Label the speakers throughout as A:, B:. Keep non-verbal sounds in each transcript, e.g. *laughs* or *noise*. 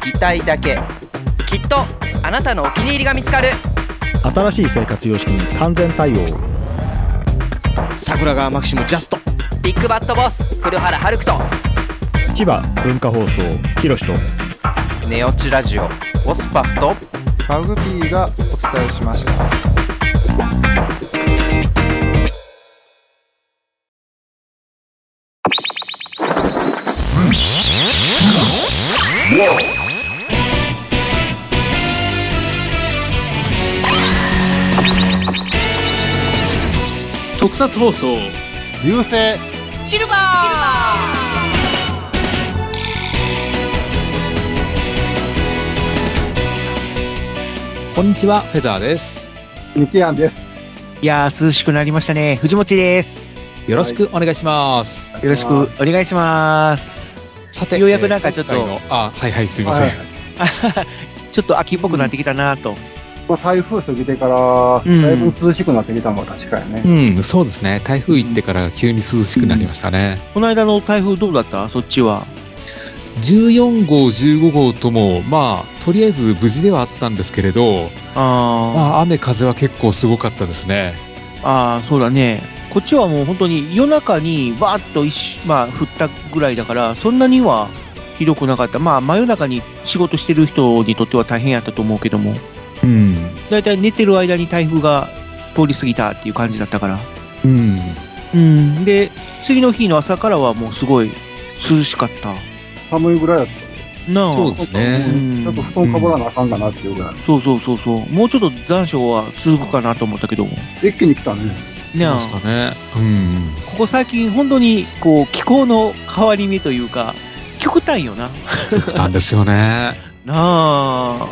A: 聞きたいだけきっとあなたのお気に入りが見つかる
B: 新しい生活様式に完全対応
C: 桜川マキシムジャスト
A: ビッグバットボス黒原遥人
B: 千葉文化放送ひろしと
A: ネオチラジオオスパフと
D: マグピーがお伝えしました
E: 特撮放送
D: 流星
A: シルバー
F: こんにちは、フェザーです。
G: ミキアンです。
H: いやー、涼しくなりましたね。藤持です。
F: よろしくお願いします。
H: よろしくお願いし *laughs* ます。
F: さて、
H: ようやくなんかちょっと
F: 今回のあ、はいはい、すいません。
G: はい
H: あははちょっと秋っぽくなってきたなと。
G: まあ、台風過ぎてから、
H: うん
G: だいぶ涼しくなってきたのは確かにね。
F: うん、そうですね。台風行ってから急に涼しくなりましたね。
H: この間の台風どうだったそっちは。
F: 14号、15号とも、まあ、とりあえず無事ではあったんですけれど、
H: あ
F: まあ、雨風は結構すごかったですね。
H: ー、あーそうだね。こっちはもう本当に夜中にバーッと一し、まあ、降ったぐらいだから、そんなにはひどくなかった。まあ、真夜中に仕事してる人にとっては大変やったと思うけども。
F: うん。
H: だいたい寝てる間に台風が通り過ぎたっていう感じだったから。
F: うん。
H: うん。で、次の日の朝からはもうすごい涼しかった。
G: 寒いぐらいだっ
H: なあ。
F: そうです
G: た。
F: ね。
G: ちょっと布団かぶらなあかんかなっていうぐらい。
H: そうそうそうそう。もうちょっと残暑は続くかなと思ったけど。ね
G: 一気に来たね。
H: え
F: そうでしたね。うん。
H: ここ最近本当にこう気候の変わり目というか、極
F: *laughs*
H: 端よな。
F: 来たんですよね。
H: なあ。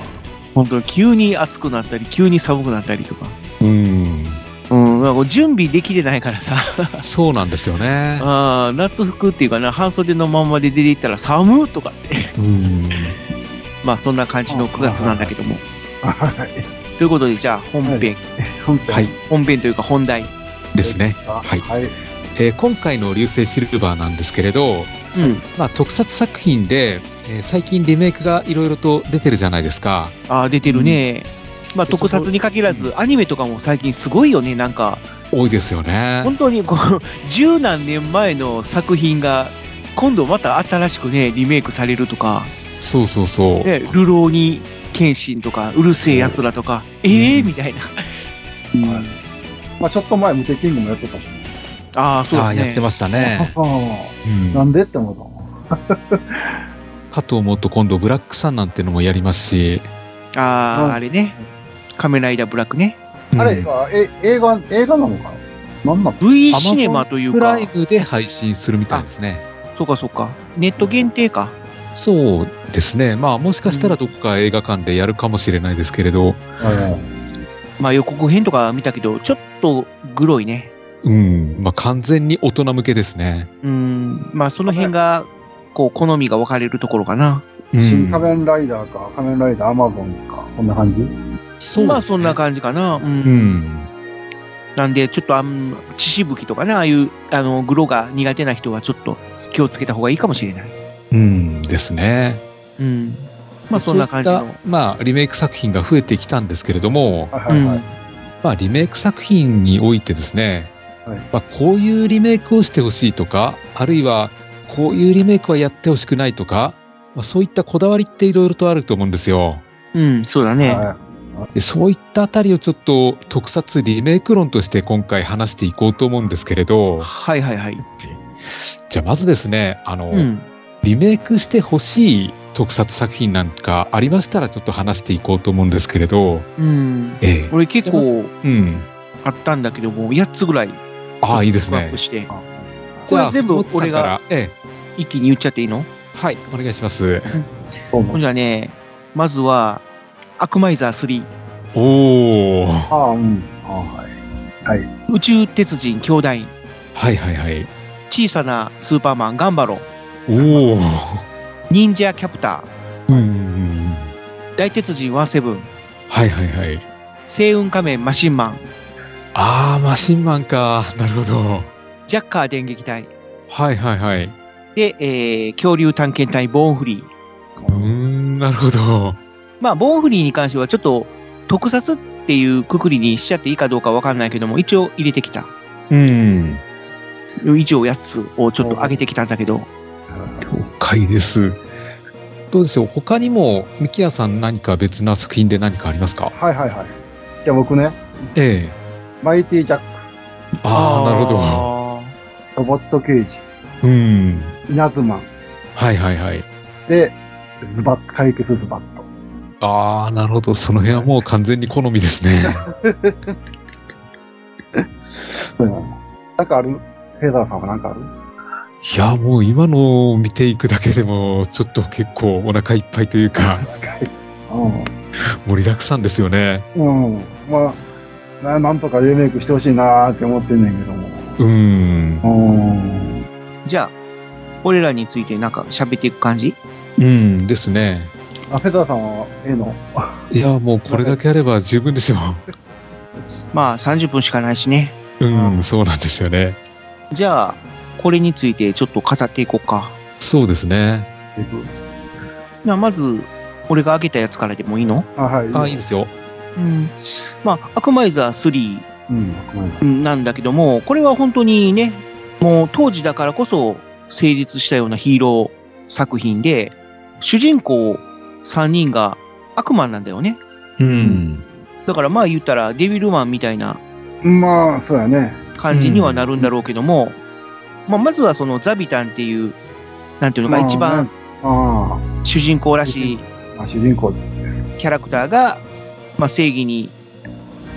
H: 本当に急に暑くなったり、急に寒くなったりとか。
F: うん。
H: うん、なんか準備できてないか
F: *laughs*
H: らさ。
F: そうなんですよね。
H: ああ、夏服っていうかな、半袖のまんまで出て行ったら寒っとかって。
F: うん。
H: まあそんな感じの9月なんだけども。
G: はい。
H: ということでじゃあ本編、
G: はい本編。
F: はい。
H: 本編というか本題。
F: ですね。は
G: はいい。。はい。
F: えー今回の「流星シルバー」なんですけれど、
H: うん。
F: まあ、特撮作品で、えー最近リメイクがいろいろと出てるじゃないですか
H: ああ、出てるね。まあ、
F: でそこ
H: 特撮に限らず、アニメとかも最近すごいよね、なんか。
F: 多いですよね
H: 本当にこう、十何年前の作品が、今度また新しくね、リメイクされるとか、
F: そうそうそう、
H: ね、流浪に剣心とか、うるせえ奴らとか、ええー、みたいな。
G: はいまあ、ちょっと前、無敵キングもやってたもん
H: ああ、そう
F: あ
H: だ
F: あ
H: ね。
F: やってました
H: *laughs*
F: ね、
G: ね。
F: うん
G: なんでって思った
F: かと思うと今度ブラックさんなんてのもやりますし
H: あ
G: う
H: あ、
G: ん
H: あれね。仮面ライダーブラックね。
F: うん
G: の。あれは、え、映画、映画なのかななんなの
H: V シネマという
F: プ
H: か
F: ラ、イムで配信するみたいですね
H: そうかそうか、ネット限定か。
F: そうですねまあもしかしたらどこか映画館でやるかもしれないですけれど
G: うん
H: まあ予告編とか見たけど、ちょっとグロいね。
F: うんまあ完全に大人向けですね
H: うん、まあその辺が、こう、好みが分かれるところかな。
G: 新
F: うん
G: 仮面ライダーか、仮面ライダーアマゾンズか、こんな感じ
F: そうですね
H: まあそんな感じかな。うん。
F: うん
H: なんで、ちょっとあん、血しぶきとかね、ああいう、あの、グロが苦手な人はちょっと気をつけた方がいいかもしれない。
F: うんですね。
H: うん。まあそんな感じ
F: そうい
H: の
F: っ。たまあ、リメイク作品が増えてきたんですけれども、
G: はいは
H: う
G: いはい
H: ん。。
F: まあ、リメイク作品においてですね、
G: はい
F: まあ、こういうリメイクをしてほしいとか、あるいはこういうリメイクはやってほしくないとか、まあ、そういったこだわりっていろいろとあると思うんですよ。
H: うん、そうだね。
G: は
F: でそういったあたりをちょっと特撮リメイク論として今回話していこうと思うんですけれど、
H: はいはいはい。
F: じゃあまずですね、あの、
H: うん。
F: リメイクしてほしい特撮作品なんかありましたらちょっと話していこうと思うんですけれど、
H: うん。
F: え
H: 俺結構
F: え、うん。
H: あったんだけども、8つぐらい。
F: ああ、いいです
H: アッ
F: ね
H: プ。して。
F: じゃあ、
H: これ全部
F: 藤本さんから
H: 俺が、
F: え
H: 一気に言っちゃっていいの
F: え、はい、お願いします。
G: い。そう思
H: ほん
G: う
H: じゃね、まずは、アクマイザー3。
F: おお
G: ああ、うん。ああはい。はい。
H: 宇宙鉄人兄弟。
F: はいはいはい。
H: 小さなスーパーマンガンバロン。
F: おお
H: 忍者キャプタ
F: うんうんうん。
H: ー。大鉄人ワンセブン。
F: はいはいはい。
H: 星雲仮面マシンマン。
F: ああ、マシンマンか。なるほど。
H: ジャッカー電撃隊。
F: はいはいはい。う
H: で、えー、恐竜探検隊ボーンフリー。
F: ーん、なるほど。
H: まあ、ボーンフリーに関してはちょっと特撮っていうくくりにしちゃっていいかどうかわかんないけども、一応入れてきた。
F: うん。
H: 一応8つをちょっと上げてきたんだけど、
F: 了解です。どうでしょう他にも、ミキヤさん何か別な作品で何かありますか
G: はいはいはい。じゃあ僕ね、
F: ええ。
G: マイティジャック、
F: ああ、なるほど。
H: あ
G: ロボット刑事、
F: うん。
G: 稲妻。
F: はいはいはい。
G: で、ズバッと解決ズバッと。
F: ああ、なるほど。その辺はもう完全に好みです *laughs* ね。
G: そういうのなんかあるヘザーさんはなんかある
F: いや、もう今のを見ていくだけでも、ちょっと結構お腹いっぱいというか、 *laughs* 盛りだくさんですよね。
G: うん。うん。まあ、ななんとかリメイクしてほしいなーって思ってんねんけども。
F: うーん。
G: うん。
H: ーじゃあ、俺らについてなんか喋っていく感じ
F: うんですね。
G: あ、ヘザーさんは、ええの
F: いや、もうこれだけあれば十分で *laughs* しょ
H: まあ、30分しかないしね。
F: う。うん、そうなんですよね。
H: じゃあ、これについてちょっと語っていこうか。
F: そうですね。
G: えぐ
H: じゃあ、まず、俺が上げたやつからでもいいの
G: あ、はい。
F: あ、いいですよ。
H: うん。まあ、アクマイザー
G: うん、ごめんなさい。
H: 3なんだけども、これは本当にね、もう当時だからこそ成立したようなヒーロー作品で、主人公3人が悪魔なんだよね。
F: うん。
H: だからまあ言ったらデビルマンみたいな
G: まあ、そうやね。
H: 感じにはなるんだろうけども、まあ、まずはそのザビタンっていう、なんていうの
G: まあ
H: か、一番。
G: ああ
H: 主人公らしい
G: まあ、主人公。
H: キャラクターが、まあ、正義に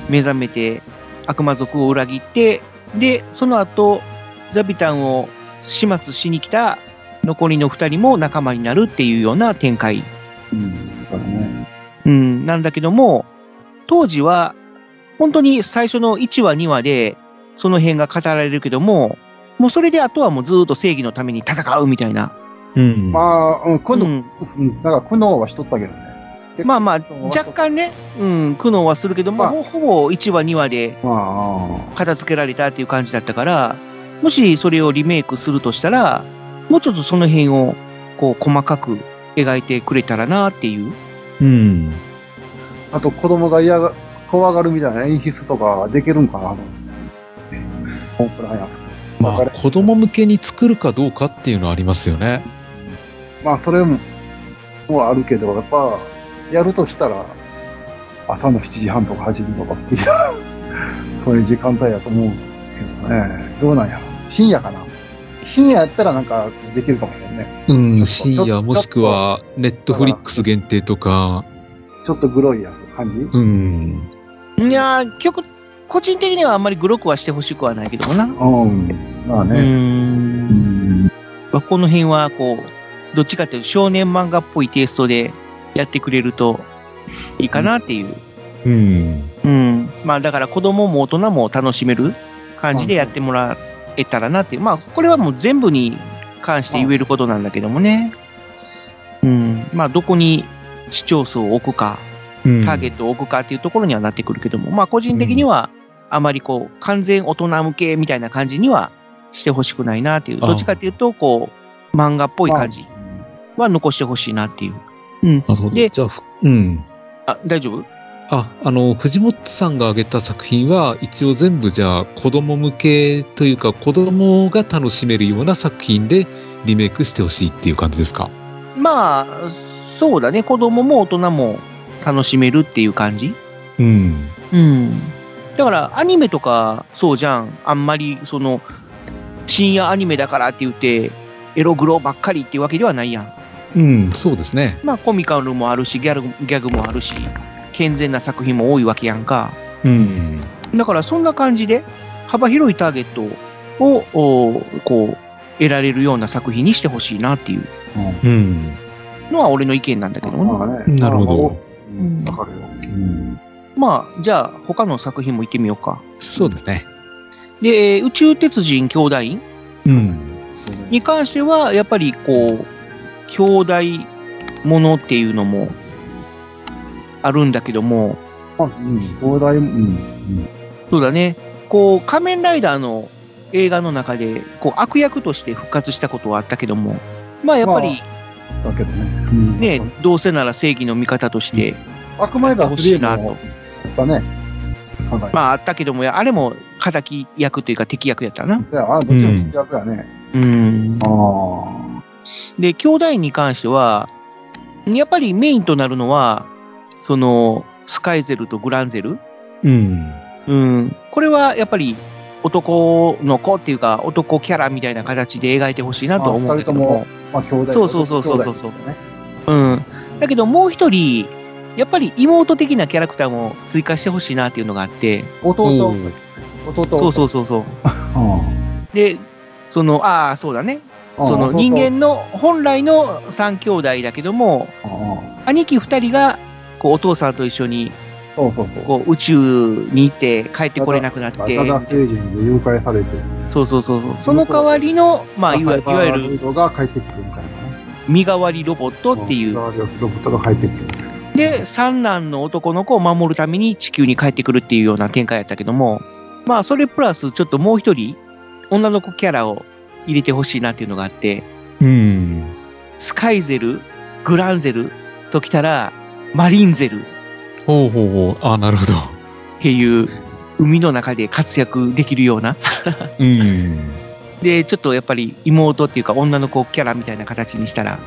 H: 目覚めて、悪魔族を裏切って、で、その後、ザビタンを始末しに来た残りの二人も仲間になるっていうような展開、
G: うん、だからね。
H: うん、なんだけども、当時は、本当に最初の1話、2話で、その辺が語られるけども、もうそれであとはもうずーっと正義のために戦うみたいな。
F: うん。
G: まあ、うん、今度、
H: う
G: うんん、だから苦悩はしとったけどね。
H: まあまあ、
G: 結構
H: 若。干ね、うん、苦悩はするけども、
G: まあ
H: ほほぼ1話、2話で
G: まあ、
H: 片付けられたっていう感じだったから、もしそれをリメイクするとしたら、もうちょっとその辺を、こう、細かく描いてくれたらなっていう。
F: うん。
G: あと子供が嫌が、怖がるみたいな演出とかできるんかなと。コンプライアンスとして。
F: まあ、
G: だから
F: 子供向けに作るかどうかっていうのはありますよね。
G: まあ、それも、もうあるけど、やっぱ、やるとしたら、朝の7時半とか8時とかっていう、 *laughs* そういう時間帯やと思うけどね。どうなんやろ深夜かな深夜やったらなんかできるかもしれんね。
F: うん。深夜もしくは、ネットフリックス限定とか、
G: ちょっとグロいやつ感じ、
F: うん。
H: いやー、結構個人的にはあんまりグロくはしてほしくはないけどもな。
G: うん、まあ
H: う。
G: ね。うんん。
H: まあこの辺は、こう、どっちかっていうと少年漫画っぽいテイストでやってくれるといいかなっていう。
F: うん。
H: うん。まあだから子供も大人も楽しめる感じでやってもらえたらなっていう。まあこれはもう全部に関して言えることなんだけどもね。うん。まあどこに視聴数を置くか、
F: うん
H: ターゲットを置くかっていうところにはなってくるけども、まあ個人的にはあまりこう完全大人向けみたいな感じにはしてほしくないなっていう。
F: ああ
H: どっちかっていうとこう漫画っぽい感じは残してほしいなっていう。うん。
F: なるほど。
H: で
F: じゃあ、ふうん。
H: あ、大丈夫
F: あ、あの、藤本さんが挙げた作品は、一応全部じゃあ、子供向けというか、子供が楽しめるような作品でリメイクしてほしいっていう感じですか。
H: まあ、そうだね。子供も大人も楽しめるっていう感じ。
F: うん。
H: うん。だから、アニメとか、そうじゃん。あんまり、その、深夜アニメだからって言って、エログロばっかりっていうわけではないやん。
F: うん、そうですね。
H: まあ、コミカルもあるし、ギャルギャグもあるし、健全な作品も多いわけやんか。
F: うん。
H: だから、そんな感じで、幅広いターゲットを、おこう、得られるような作品にしてほしいなっていう。
F: うん。
H: のは俺の意見なんだけどもね。
G: まあね
F: なるほど
G: まあうん、わかるよ。
F: うん、
H: まあ、じゃあ、他の作品も行ってみようか。
F: そうだね。
H: で、えー宇宙鉄人兄弟
F: うん。
H: に関しては、やっぱりこう、兄弟ものっていうのもあるんだけども、
G: まあ、うん、兄弟、うん、うん。
H: そうだね、こう、仮面ライダーの映画の中で、こう、悪役として復活したことはあったけども、まあやっぱり
G: だけどね。うん
H: ね、どうせなら正義の味方として、
G: 悪魔映画欲しいな
H: 欲
G: と。やっぱね、かなり。
H: まああったけども、あれも敵役というか敵役やったな。
G: じゃあ、あどっちも主役やね。
H: うん。
G: あ
H: で、兄弟に関しては、やっぱりメインとなるのは、その、スカイゼルとグランゼル。
F: うん。
H: うん。これはやっぱり男の子っていうか、男キャラみたいな形で描いてほしい
G: あ。
H: なとは思うん
G: 二
H: だ
G: 人
H: け
G: と
H: ども
G: も。、まあ、兄弟
H: そうそうそうそうそうそう
G: 兄弟ですよね
H: うん。だけどもう一人、やっぱり妹的なキャラクターも追加してほしいなっていうのがあって、
G: 弟、弟。
H: そうそうそうそう。
G: うん
H: で、その、ああ、そうだね。その人。間の本来の3兄弟だけども、
G: ああ
H: 兄貴2人がこうお父さんと一緒に
G: そうそうそう。
H: こう宇宙に行って帰ってこれなくなって、
G: ただ星人で誘拐されて、
H: そうそうそうそう、その代わりの、まあ、いわいわゆ
G: ル
H: る
G: ードが帰ってくるみたいなね。
H: 身代わりロボットっていう、
G: サードロボットが帰ってくるみたいな。
H: で、三男の男の子を守るために地球に帰ってくるっていうような展開やったけども、まあ、それプラスちょっともう一人、女の子キャラを入れてほしいなっていうのがあって、
F: うん。
H: スカイゼル、グランゼルときたら、マリンゼルっ
F: ほうほうほう。あなるほど。
H: ていう、海の中で活躍できるような、
F: うん。
H: で、ちょっとやっぱり妹っていうか女の子キャラみたいな形にしたら、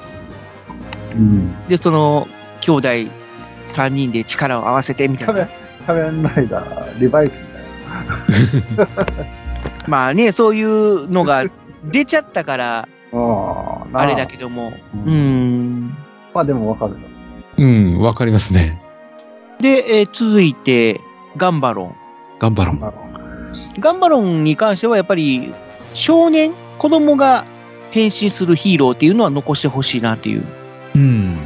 G: うん。
H: で、その兄弟3人で力を合わせてみたい
G: 仮面
H: な。、
G: 仮面ライダー、リバイスみたいな。
H: まあね、そういうのが出ちゃったから、
G: ああ、な
H: あれだけども。
G: う
H: うんーん。
G: まあでもわかるよ。
F: うん。わかりますね。
H: で、えー続いて、ガンバロン。
F: 頑張ろう。
G: なるほど
H: ガンバロンに関してはやっぱり、少年、子供が変身するヒーローっていうのは残してほしいなっていう。
F: うん。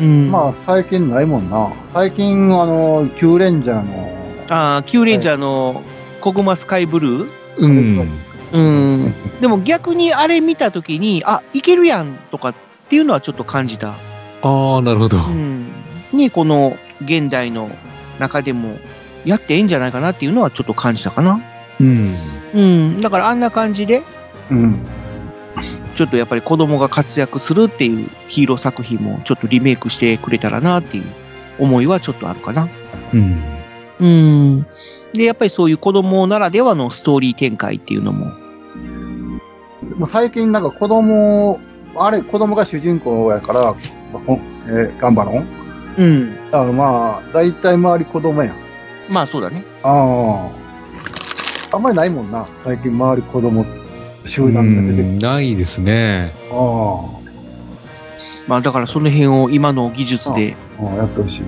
H: うん。
G: ま
H: あ
G: あ最近ないもんな。最近、あの、キューレンジャーの、
H: ー、キューレンジャーのコグマスカイブルー。
F: うん。
H: うん。でも逆にあれ見たときに、あ、いけるやんとかっていうのはちょっと感じた。
F: ああ、なるほど。
H: うん、にこの現代の中でもやっていいんじゃないかなっていうのはちょっと感じたかな。
F: うん。
H: うん、だからあんな感じで、
G: うん。
H: ちょっとやっぱり子供が活躍するっていうヒーロー作品もちょっとリメイクしてくれたらなっていう思いはちょっとあるかな。
F: うん。
H: うん。で、やっぱりそういう子供ならではのストーリー展開っていうのも。
G: もう最近なんか子供、あれ、子供が主人公やから、ほんえー、ガンバロン
H: うん。
G: だからまあ、大体周り子供やん。
H: まあそうだね。
G: ああ。あんまりないもんな。最近周り子供、
F: う
G: 集団が出てくる。
F: んないですね。
G: あ
H: まあだからその辺を今の技術で
G: あああ、やってほしい。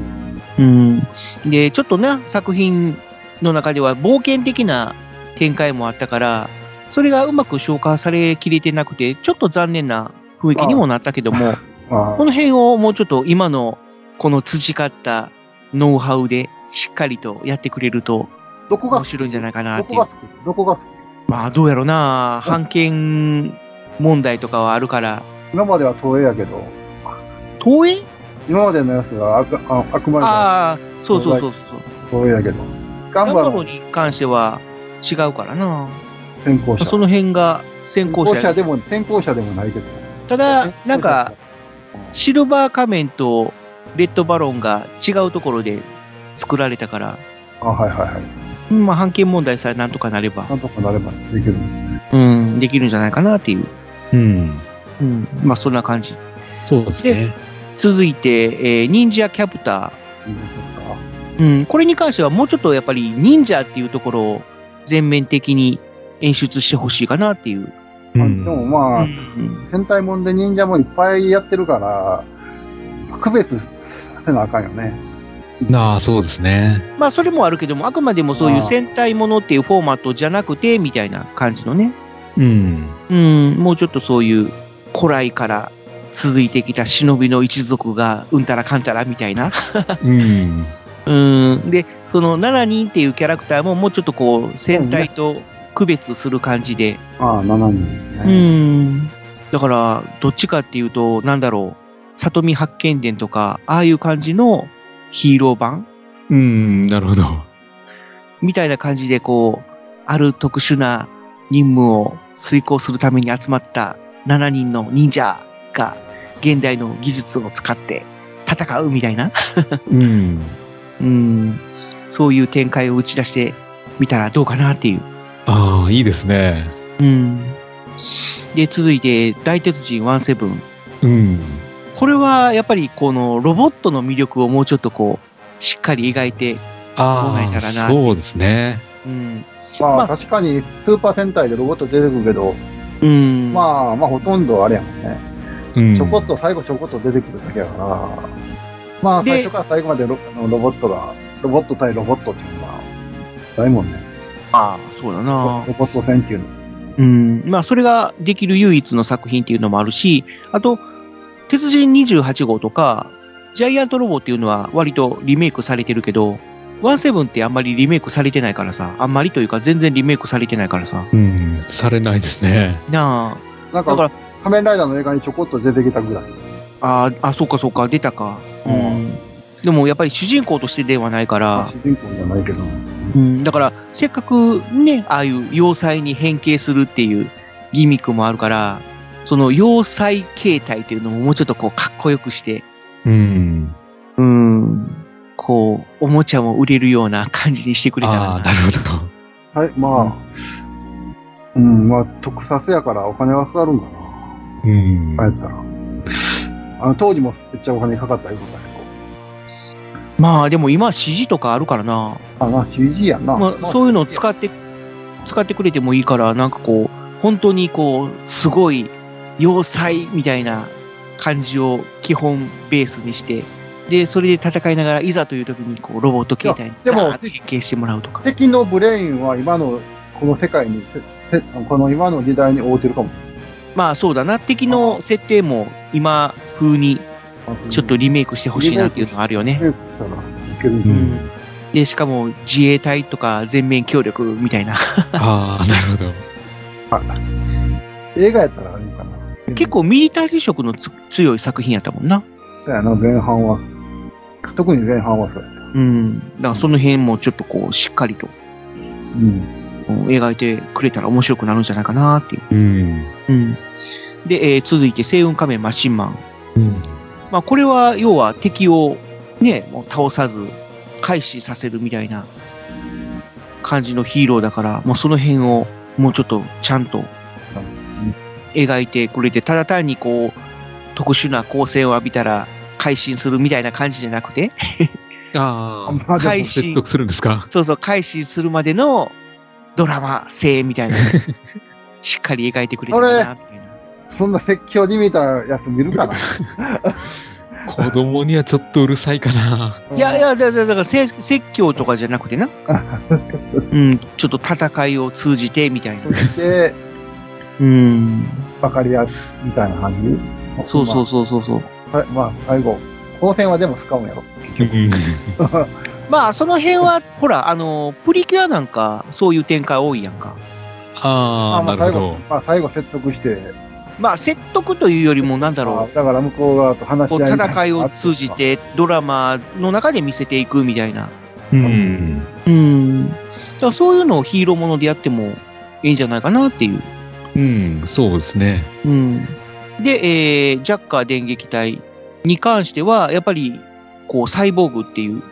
H: うん。で、ちょっとね、作品の中では冒険的な展開もあったから、それがうまく消化されきれてなくて、ちょっと残念な雰囲気にもなったけども、
G: あ
H: この辺をもうちょっと今のこの培ったノウハウでしっかりとやってくれると
G: あ。どこが
H: 面
G: 好き
H: 白いんじゃないかな
G: ど
H: っ
G: こ
H: ていう
G: が好。きどこが好き
H: まあどうやろうな、判権問題とかはあるから、
G: 今までは東映やけど、
H: 東映
G: 今までのやつが悪あ悪魔が
H: ああ、そうそうそうそう。
G: 東映やけど、ガ
H: ガ
G: ン
H: ン
G: バ
H: バ
G: ロ
H: ロ
G: ン
H: に関しては違うからな。
G: 先行者。
H: その辺が先行者や
G: でも、先行者でもないけど。
H: ただ、なんか、シルバー仮面とレッドバロンが違うところで作られたから、
G: あ、はいはいはい。
H: うんまあ、判権問題さえなんとかなれば
G: な、んとかなればできる。
H: うん、できるんじゃないかなっていう、
F: うん。
H: うん、まあ、そんな感じ。
F: そうですね。
H: 続いて、えー忍者キャプタ
G: いいですか。
H: ー。うん、これに関してはもうちょっとやっぱり忍者っていうところを全面的に演出してほしいかなっていう。
F: うん
G: でもまあ、
H: うん
G: 変態もんで忍者もいっぱいやってるから、区別せなあかんよね。
F: なあ、そうですね。
H: まあ、それもあるけども、あくまでもそういう戦隊ものっていうフォーマットじゃなくて、みたいな感じのね。
F: うん。
H: うん、もうちょっとそういう古来から続いてきた忍びの一族がうんたらかんたらみたいな。
F: うん。
H: うん。で、その7人っていうキャラクターももうちょっとこう、戦隊と区別する感じで。
G: ああ、7人、
H: う
G: ね。
H: ん。だから、どっちかっていうと、なんだろう、里見八犬伝とか、ああいう感じのヒーロー版
F: うん、なるほど。
H: みたいな感じで、こう、ある特殊な任務を遂行するために集まった7人の忍者が、現代の技術を使って戦うみたいな、
F: うん。
H: うん、そういう展開を打ち出してみたらどうかなっていう。
F: ああ、いいですね。
H: うん。で、続いて、大鉄人17。
F: うん。
H: これはやっぱりこのロボットの魅力をもうちょっとこう、しっかり描いて、どうな
F: あ
H: い
F: あ、
H: からな
F: そうですね。
H: うん。
G: ま
H: ま
G: あ、
H: あ
G: 確かに、スーパー戦隊でロボット出てくるけど、
H: うん。
G: まあ、まあ、ほとんどあれやもんね。
F: うん。
G: ちょこっと、最後ちょこっと出てくるだけやから、まあ、
H: で
G: 最初から最後までロあのロボットが、ロボット対ロボットっていうのは、ないもんね。
H: あ、そうだな
G: ロ。ボット戦っていうの。
H: うん。まあ、それができる唯一の作品っていうのもあるし、あと、鉄人28号とか、ジャイアントロボっていうのは割とリメイクされてるけど、17ってあんまりリメイクされてないからさ、あんまりというか全然リメイクされてないからさ。
F: うん、されないですね。
H: な
G: なん
H: あ。だ
G: か
H: から、
G: 仮面ライダーの映画にちょこっと出てきたぐらい。
H: あーあ、そうかそうか、出たか。うん。でもやっぱり主人公としてではないから、
G: 主人公じゃないけど。
H: うん、だから、せっかくね、ああいう要塞に変形するっていうギミックもあるから、その要塞形態っていうのももうちょっとこうかっこよくして、
F: うん。
H: うん、こう、おもちゃも売れるような感じにしてくれた
F: ああ、
H: ら
F: な
H: な。
F: るほど。
G: はい、まあ、うん、まあ、特撮やからお金がかかるんかな。
F: うん。
G: 帰ったら。あの、当時もめっちゃお金かかったいうことや
H: まあでも今 CG とかあるからな。
G: けど。あ、な、CG やんな。
H: まあそういうのを使って、使ってくれてもいいから、なんかこう、本当にこう、すごい要塞みたいな感じを基本ベースにして、で、それで戦いながら、いざという時にこう、ロボット形態に
G: いやでも
H: ガーッと変形してもらうとか。
G: 敵のブレインは今の、この世界に、せせこの今の時代に合うてるかも。
H: まあそうだな、敵の設定も今風にちょっとリメイクしてほしいなっていうのはあるよ
G: ね。
H: ね。
G: たらいけるんじ
H: う
G: ゃない
H: ん。で、しかも自衛隊とか全面協力みたいな。
F: ああ、なるほど。
G: 映画やったらあれかな。
H: 結構ミリタリー色のつ強い作品やったもんな。
G: だよな、前半は。特に前半はそうやった。
H: うん。だからその辺もちょっとこう、しっかりと、
G: うん。
H: うん描いてくれたら面白くなるんじゃないかなっていう。
F: うん。
H: うん。で、えー続いて、星雲仮面マシンマン。
F: うん。
H: まあ、これは、要は敵をね、もう倒さず、回避させるみたいな感じのヒーローだから、もうその辺をもうちょっとちゃんと描いてくれて、ただ単にこう、特殊な光線を浴びたら、改心するみたいな感じじゃなくて、
F: ああ、
G: まあでも
H: 改
F: 説
H: 心
F: 得するんですか
H: そうそう、開始するまでのドラマ性みたいな。しっかり描いてくれたらな、みたいな。
G: そんな説教に見たやつ見るかな。
F: 子供にはちょっとうるさいかな。
H: *laughs* いやいや、だだだからせ説教とかじゃなくてな。うん、ちょっと戦いを通じて、みたいな
G: そ。して、
H: うん。
G: 分かりやすみたいな感じ
H: そうそうそうそうそう。
G: まあ、まあ、最後。光線はでも使うんやろ。
F: うん。
H: まあ、その辺は、ほら、あの、プリキュアなんか、そういう展開多いやんか。
F: ああ、
G: ま
F: な
G: あ、
F: るほ
G: 最
F: ど
G: 後。、まあ、最後説得して、
H: まあ、説得というよりも、なんだ
G: あ
H: ろ
G: だから向こう側と
H: う、
G: 話
H: こ
G: し
H: う
G: 合いみた
H: 戦い
G: なのがあ
H: を
G: った
H: 通じ。て、ドラマの中で見せていくみたいな。
F: うん。
H: うん。だからそういうのをヒーローものでやってもいいんじゃないかなっていう。
F: うん、そうですね。
H: うん。で、えー、ジャッカー電撃隊に関しては、やっぱり、こう、サイボーグっていう、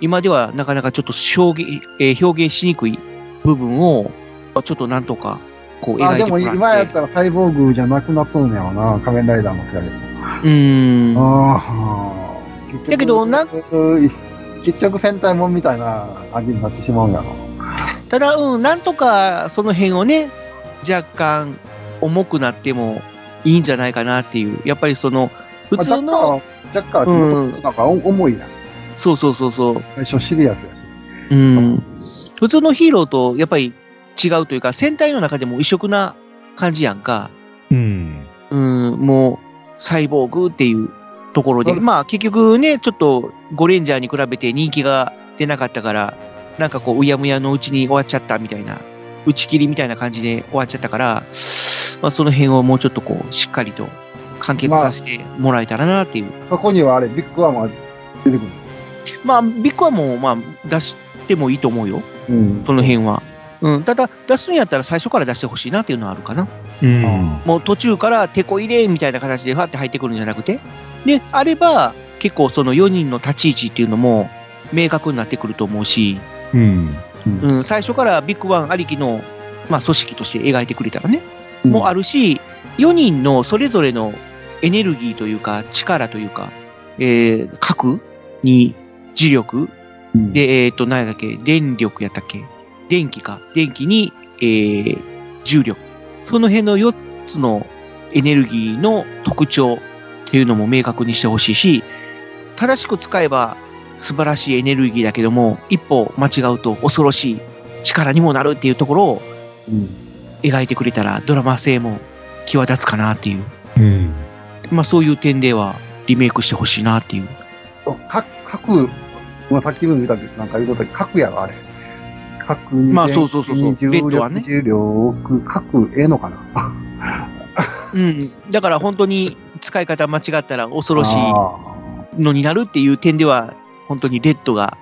H: 今ではなかなかちょっと表現,、えー表現しにくい部分を、ちょっとなんとか、こう、
G: あ
H: 描い
G: で
H: ても
G: も
H: らって。
G: 今やったらサイボーグじゃなくなっとるんやろな、仮面ライダーもそうやけど。
H: うん。
G: ああ。
H: だけどなん
G: 結局戦隊もんみたいな感じになってしまうんやろ。
H: ただ、うん、なんとかその辺をね、若干重くなってもいいんじゃないかなっていう。やっぱりその、普通の、
G: ジャッカーはジャッカーってもっとなんか重いやん。
H: そうそうそうそう、
G: 最初シリアスやし。
H: うん、普通のヒーローとやっぱり違うというか、戦隊の中でも異色な感じやんか。
F: うん。
H: うん、もう、サイボーグっていうところで、
G: なる
H: まあ結局ね、ちょっとゴレンジャーに比べて人気が出なかったから、なんかこう、うやむやのうちに終わっちゃったみたいな、打ち切りみたいな感じで終わっちゃったから、まあその辺をもうちょっとこう、しっかりと完結させてもらえたらなっていう。
G: そこにはあれ、ビッグワンは出てくる。
H: まあ、ビッグはもう、まあ、出してもいいと思うよ、
G: うん。
H: その辺は。うん、ただ、出すんやったら最初から出してほしいなっていうのはあるかな。
F: うん。
H: もう途中から手こ入れみたいな形でファって入ってくるんじゃなくて。で、あれば、結構その4人の立ち位置っていうのも明確になってくると思うし、
F: うん。
H: うん、最初からビッグワンありきの、まあ、組織として描いてくれたらね、
G: うん
H: もあるし、4人のそれぞれのエネルギーというか、力というか、えー、核に磁力、
G: うん
H: で、えっ、と、何やったっけ、電力やったっけ、電気か、電気に、えー、重力。その辺の4つのエネルギーの特徴っていうのも明確にしてほしいし、正しく使えば素晴らしいエネルギーだけども、一歩間違うと恐ろしい力にもなるっていうところを
G: うん
H: 描いてくれたらドラマ性も際立つかなっていう。
F: うん。
H: まあそういう点ではリメイクしてほしいなっていう。
G: か核、まあ、さっきも見たけど、なんか言うことで核やがあれ。核に、
H: まあそうそうそうそう
G: 重
H: ベッドはね
G: 力、重力、核、ええのかな。
H: うん。だから本当に使い方間違ったら恐ろしい
G: あ
H: のになるっていう点では、本当にレッドが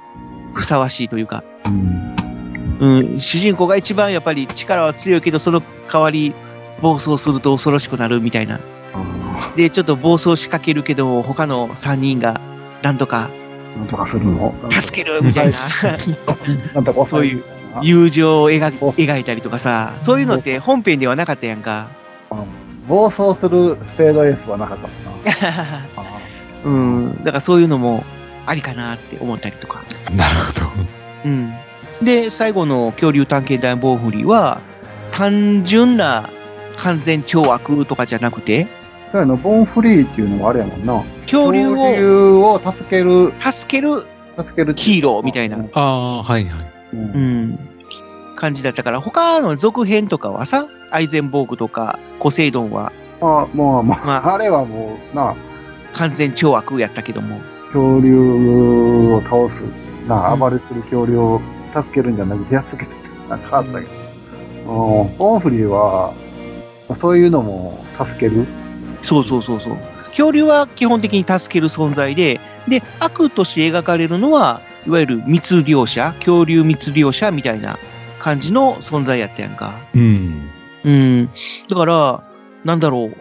H: ふさわしいというか、
G: ーうん
H: うん、主人公が一番やっぱり力は強いけど、その代わり暴走すると恐ろしくなるみたいな。
G: あ
H: で、ちょっと暴走しかけるけど、他の3人がなんとか
G: ーなんとかするの
H: 助けるみたいな、
G: *laughs* なんとか
H: そういう
G: 抑えるみ
H: 友情を描
G: お
H: 描いたりとかさ、そういうのって本編ではなかったやんか。
G: たいなうん暴走するスペードエースはなかったもんな。あ
H: *laughs* うん、だからそういうのもありかなって思ったりとか。
F: なるほど。
H: うん、で最後の恐竜探検隊ボウフリは単純な完全懲悪とかじゃなくて
G: ーそうやの、ボンフリーっていうのはあれやもんな。
H: 恐竜
G: 恐
H: を
G: 竜を助ける、
H: 助ける、
G: 助ける
H: ヒーローみたいな
G: うん
F: ああー、はいはい。
G: うん
H: うん、感じだったから他の続編とかはさアイゼンボーグとかコセイドンは
G: まあ、まあ、まあ、
H: まあ
G: あれはもう、な、
H: 完全懲悪やったけども、
G: 恐竜を倒す、な、
H: うん
G: 暴れてる恐竜を助けるんじゃなくて、やっつけるって、なんかあったけど。うん、オンフリーは、そういうのも助ける。
H: そうそうそうそう恐竜は基本的に助ける存在でで悪として描かれるのはいわゆる密漁者恐竜密漁者みたいな感じの存在やったやんか。
F: うん。
H: うん。だから、なんだろう。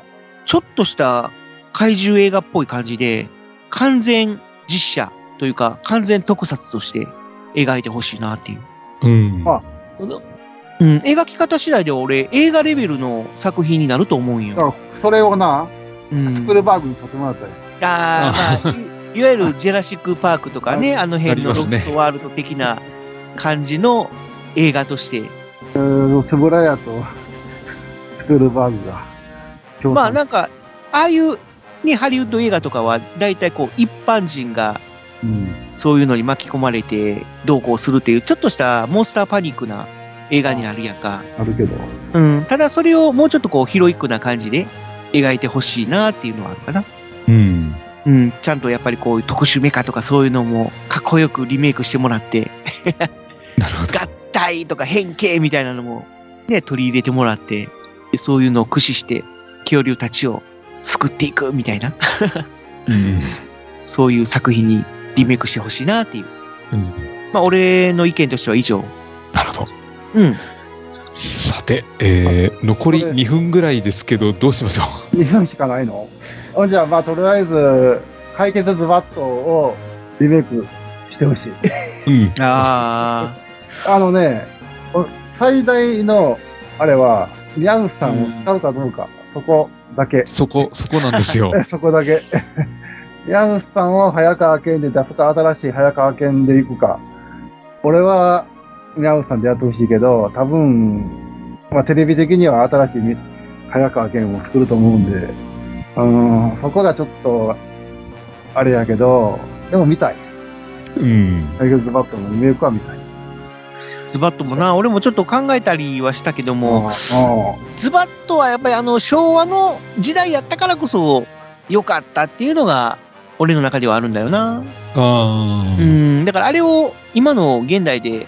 H: ちょっとした怪獣映画っぽい感じで、完全実写というか、完全特撮として描いてほしいなっていう。
F: うん。
G: あ
H: うん、描き方次第では俺、映画レベルの作品になると思うん
G: だ
H: よ。
G: から、それをな、
H: うん、
G: スクールバーグに撮ってもらったよ。
H: あーまあ、いいわゆるジェラシック・パークとかね、あの辺の
F: あ
H: ロ
F: りますね
H: ストワールド的な感じの映画として。
G: えー、つぶらやと、 *laughs* スクールバーグが、共
H: まあ
G: 産
H: なんか、ああいう、ね、ハリウッド映画とかは、大体こう、一般人が
G: うん。
H: そういうのに巻き込まれてどうこうするっていう、ちょっとしたモンスターパニックな映画になるやんか。
G: あるけど。
H: うん。ただそれをもうちょっとこうヒロイックな感じで描いてほしいなっていうのはあるかな。
F: うん。
H: うん。ちゃんとやっぱりこういう特殊メカとかそういうのもかっこよくリメイクしてもらって、
F: なるほど。
H: 合体とか変形みたいなのもね、取り入れてもらって、でそういうのを駆使して恐竜たちを救っていくみたいな、 *laughs*
F: うん。
H: そういう作品にリメイクしてほしいなっていう。
F: うん
H: まあ俺の意見としては以上。
F: なるほど。
H: うん。
F: さて、えー、残り
G: これ
F: 2分ぐらいですけど、どうしましょ
G: 2分しかないのあじゃあ、まあ、とりあえず、解決ズバットをリメイクしてほしい。
F: う。うん。
H: あ
G: あのね、お最大の、あれは、ニャンスさんを使うかどうか、そこだけ。
F: そこ、そこなんですよ。
G: え *laughs* そこだけ。ニャンスさんを早川県で出すか、新しい早川県で行くか。俺は、ニャンスさんでやってほしいけど、多分、まあ、テレビ的には新しいみ早川県を作ると思うんで、うん、そこがちょっと、あれやけど、でも見たい。
F: *laughs* うん。
G: タイガーズバットのリメイクは見たい。
H: あ、ズバッともな、俺もちょっと考えたりはしたけども、
G: う
H: ズバッとはやっぱりあの昭和の時代やったからこそ、良かったっていうのが、俺の中ではあるんだよな。
F: あ
H: う
F: ー
H: ん、だからあれを今の現代で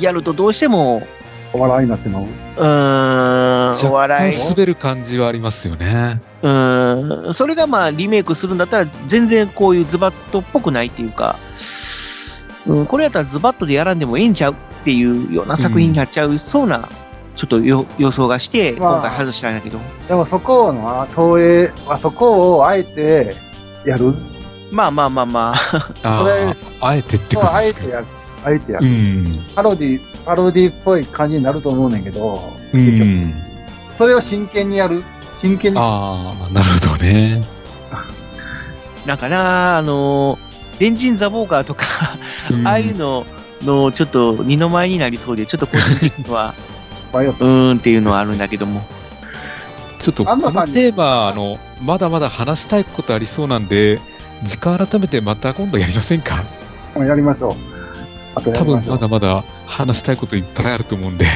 H: やるとどうしても、
G: お笑いになってまう。
H: うーん、お
F: 若
H: 笑い
F: 干、滑る感じはありますよね。
H: うーん、それがまあリメイクするんだったら全然こういうズバットっぽくないっていうか、うん、これやったらズバットでやらんでもええんちゃうっていうような作品になっちゃうそうな、ちょっとよ予想がして、
G: まあ
H: 今回外したんだけど、
G: でもそこをな、東映はそこをあえてやる。
H: まあまあまあまあ、
F: ああ、あえてって
G: そ
F: こ
G: う
F: と
G: あ
F: で
G: え
F: す
G: て
F: か。
G: やる。あえてや
F: う
G: る。
F: ん。
G: パロディ、パロディっぽい感じになると思うねんけど、
F: う
G: 結局
F: ん。
G: それを真剣にやる。真剣に。
F: ああ、なるほどね。
H: なんかな、あの、レンジン・ザ・ボーガーとか、
F: ん
H: ああいうののちょっと二の舞になりそうで、ちょっと個人的には、
G: 迷った
H: うーんっていうのはあるんだけども。
F: ちょっとこ
G: 安藤さ
F: の
G: んに
F: テーマの、まだまだ話したいことありそうなんで、時間改めてまた今度やりませんか
G: もうやりましょう。あとや
F: 多
G: りま
F: 分
G: しょう。
F: まだまだ話したいこといっぱいあると思うんで。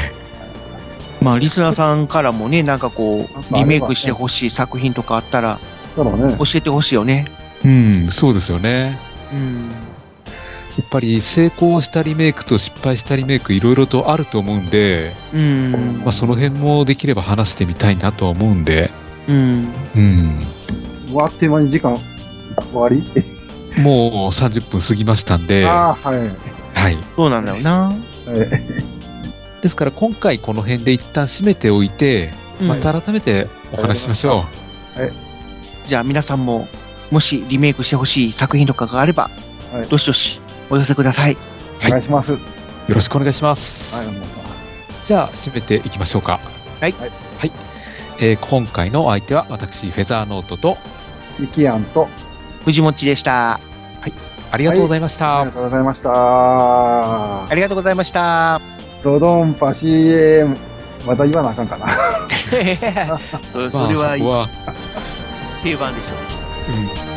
H: まあ、リスナーさんからもね、なんかこう、リメイクしてほしい作品とかあったら、
G: そうだね
H: 教。えてほしいよね。
F: うん、そうですよね。
H: うん。
F: やっぱり成功したリメイクと失敗したリメイクいろいろとあると思うんで、
H: うん
F: ま。あ、その辺もできれば話してみたいなとは思うんで、
H: うん。
F: うん、
G: もうあっという間に時間終わり、
F: もう30分過ぎましたんで、は、
G: ああ、はい。はい
H: そうなんだよな。
G: い
F: ですから今回この辺で一旦締めておいて、
H: うん
F: また改めてお話ししましょ
H: じゃあ皆さんも、もしリメイクしてほしい作品とかがあれば、
G: はい
H: どしどしお寄せください。
F: はい
G: お願いします。は
F: う。よろしくお願いします。
G: い、お願いします
F: じゃあ締めていきましょうか。
H: はい
F: はい。えー今回のお相手は私、フェザーノートと、
G: イキアンと、
H: 藤もちでした。
F: ありがとうございました。
G: ありがとうございました
H: あ。りがとうございま *laughs* した。
G: ドドンパ CM、また言わなあかんかな。
H: そ
F: まあ
H: それ
F: そこ
H: は
F: は、
H: 定番でしょう。
F: うん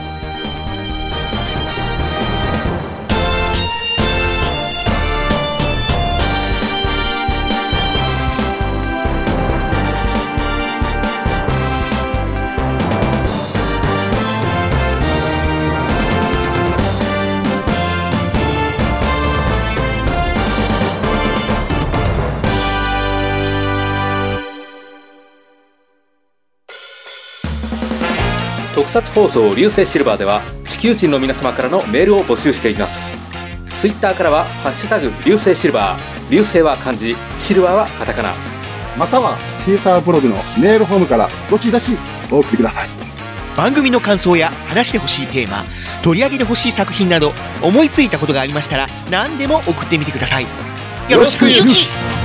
E: 特撮放送流星シルバーでは地球人の皆様からのメールを募集していますツイッターからは「ハッシュタグ流星シルバー」流星は漢字シルバーはカタカナ
G: または、シーサーブログのメールフォームから、どしどしお送りください。
I: 番組の感想や話してほしいテーマ取り上げてほしい作品など思いついたことがありましたら何でも送ってみてくださいよろしくゆき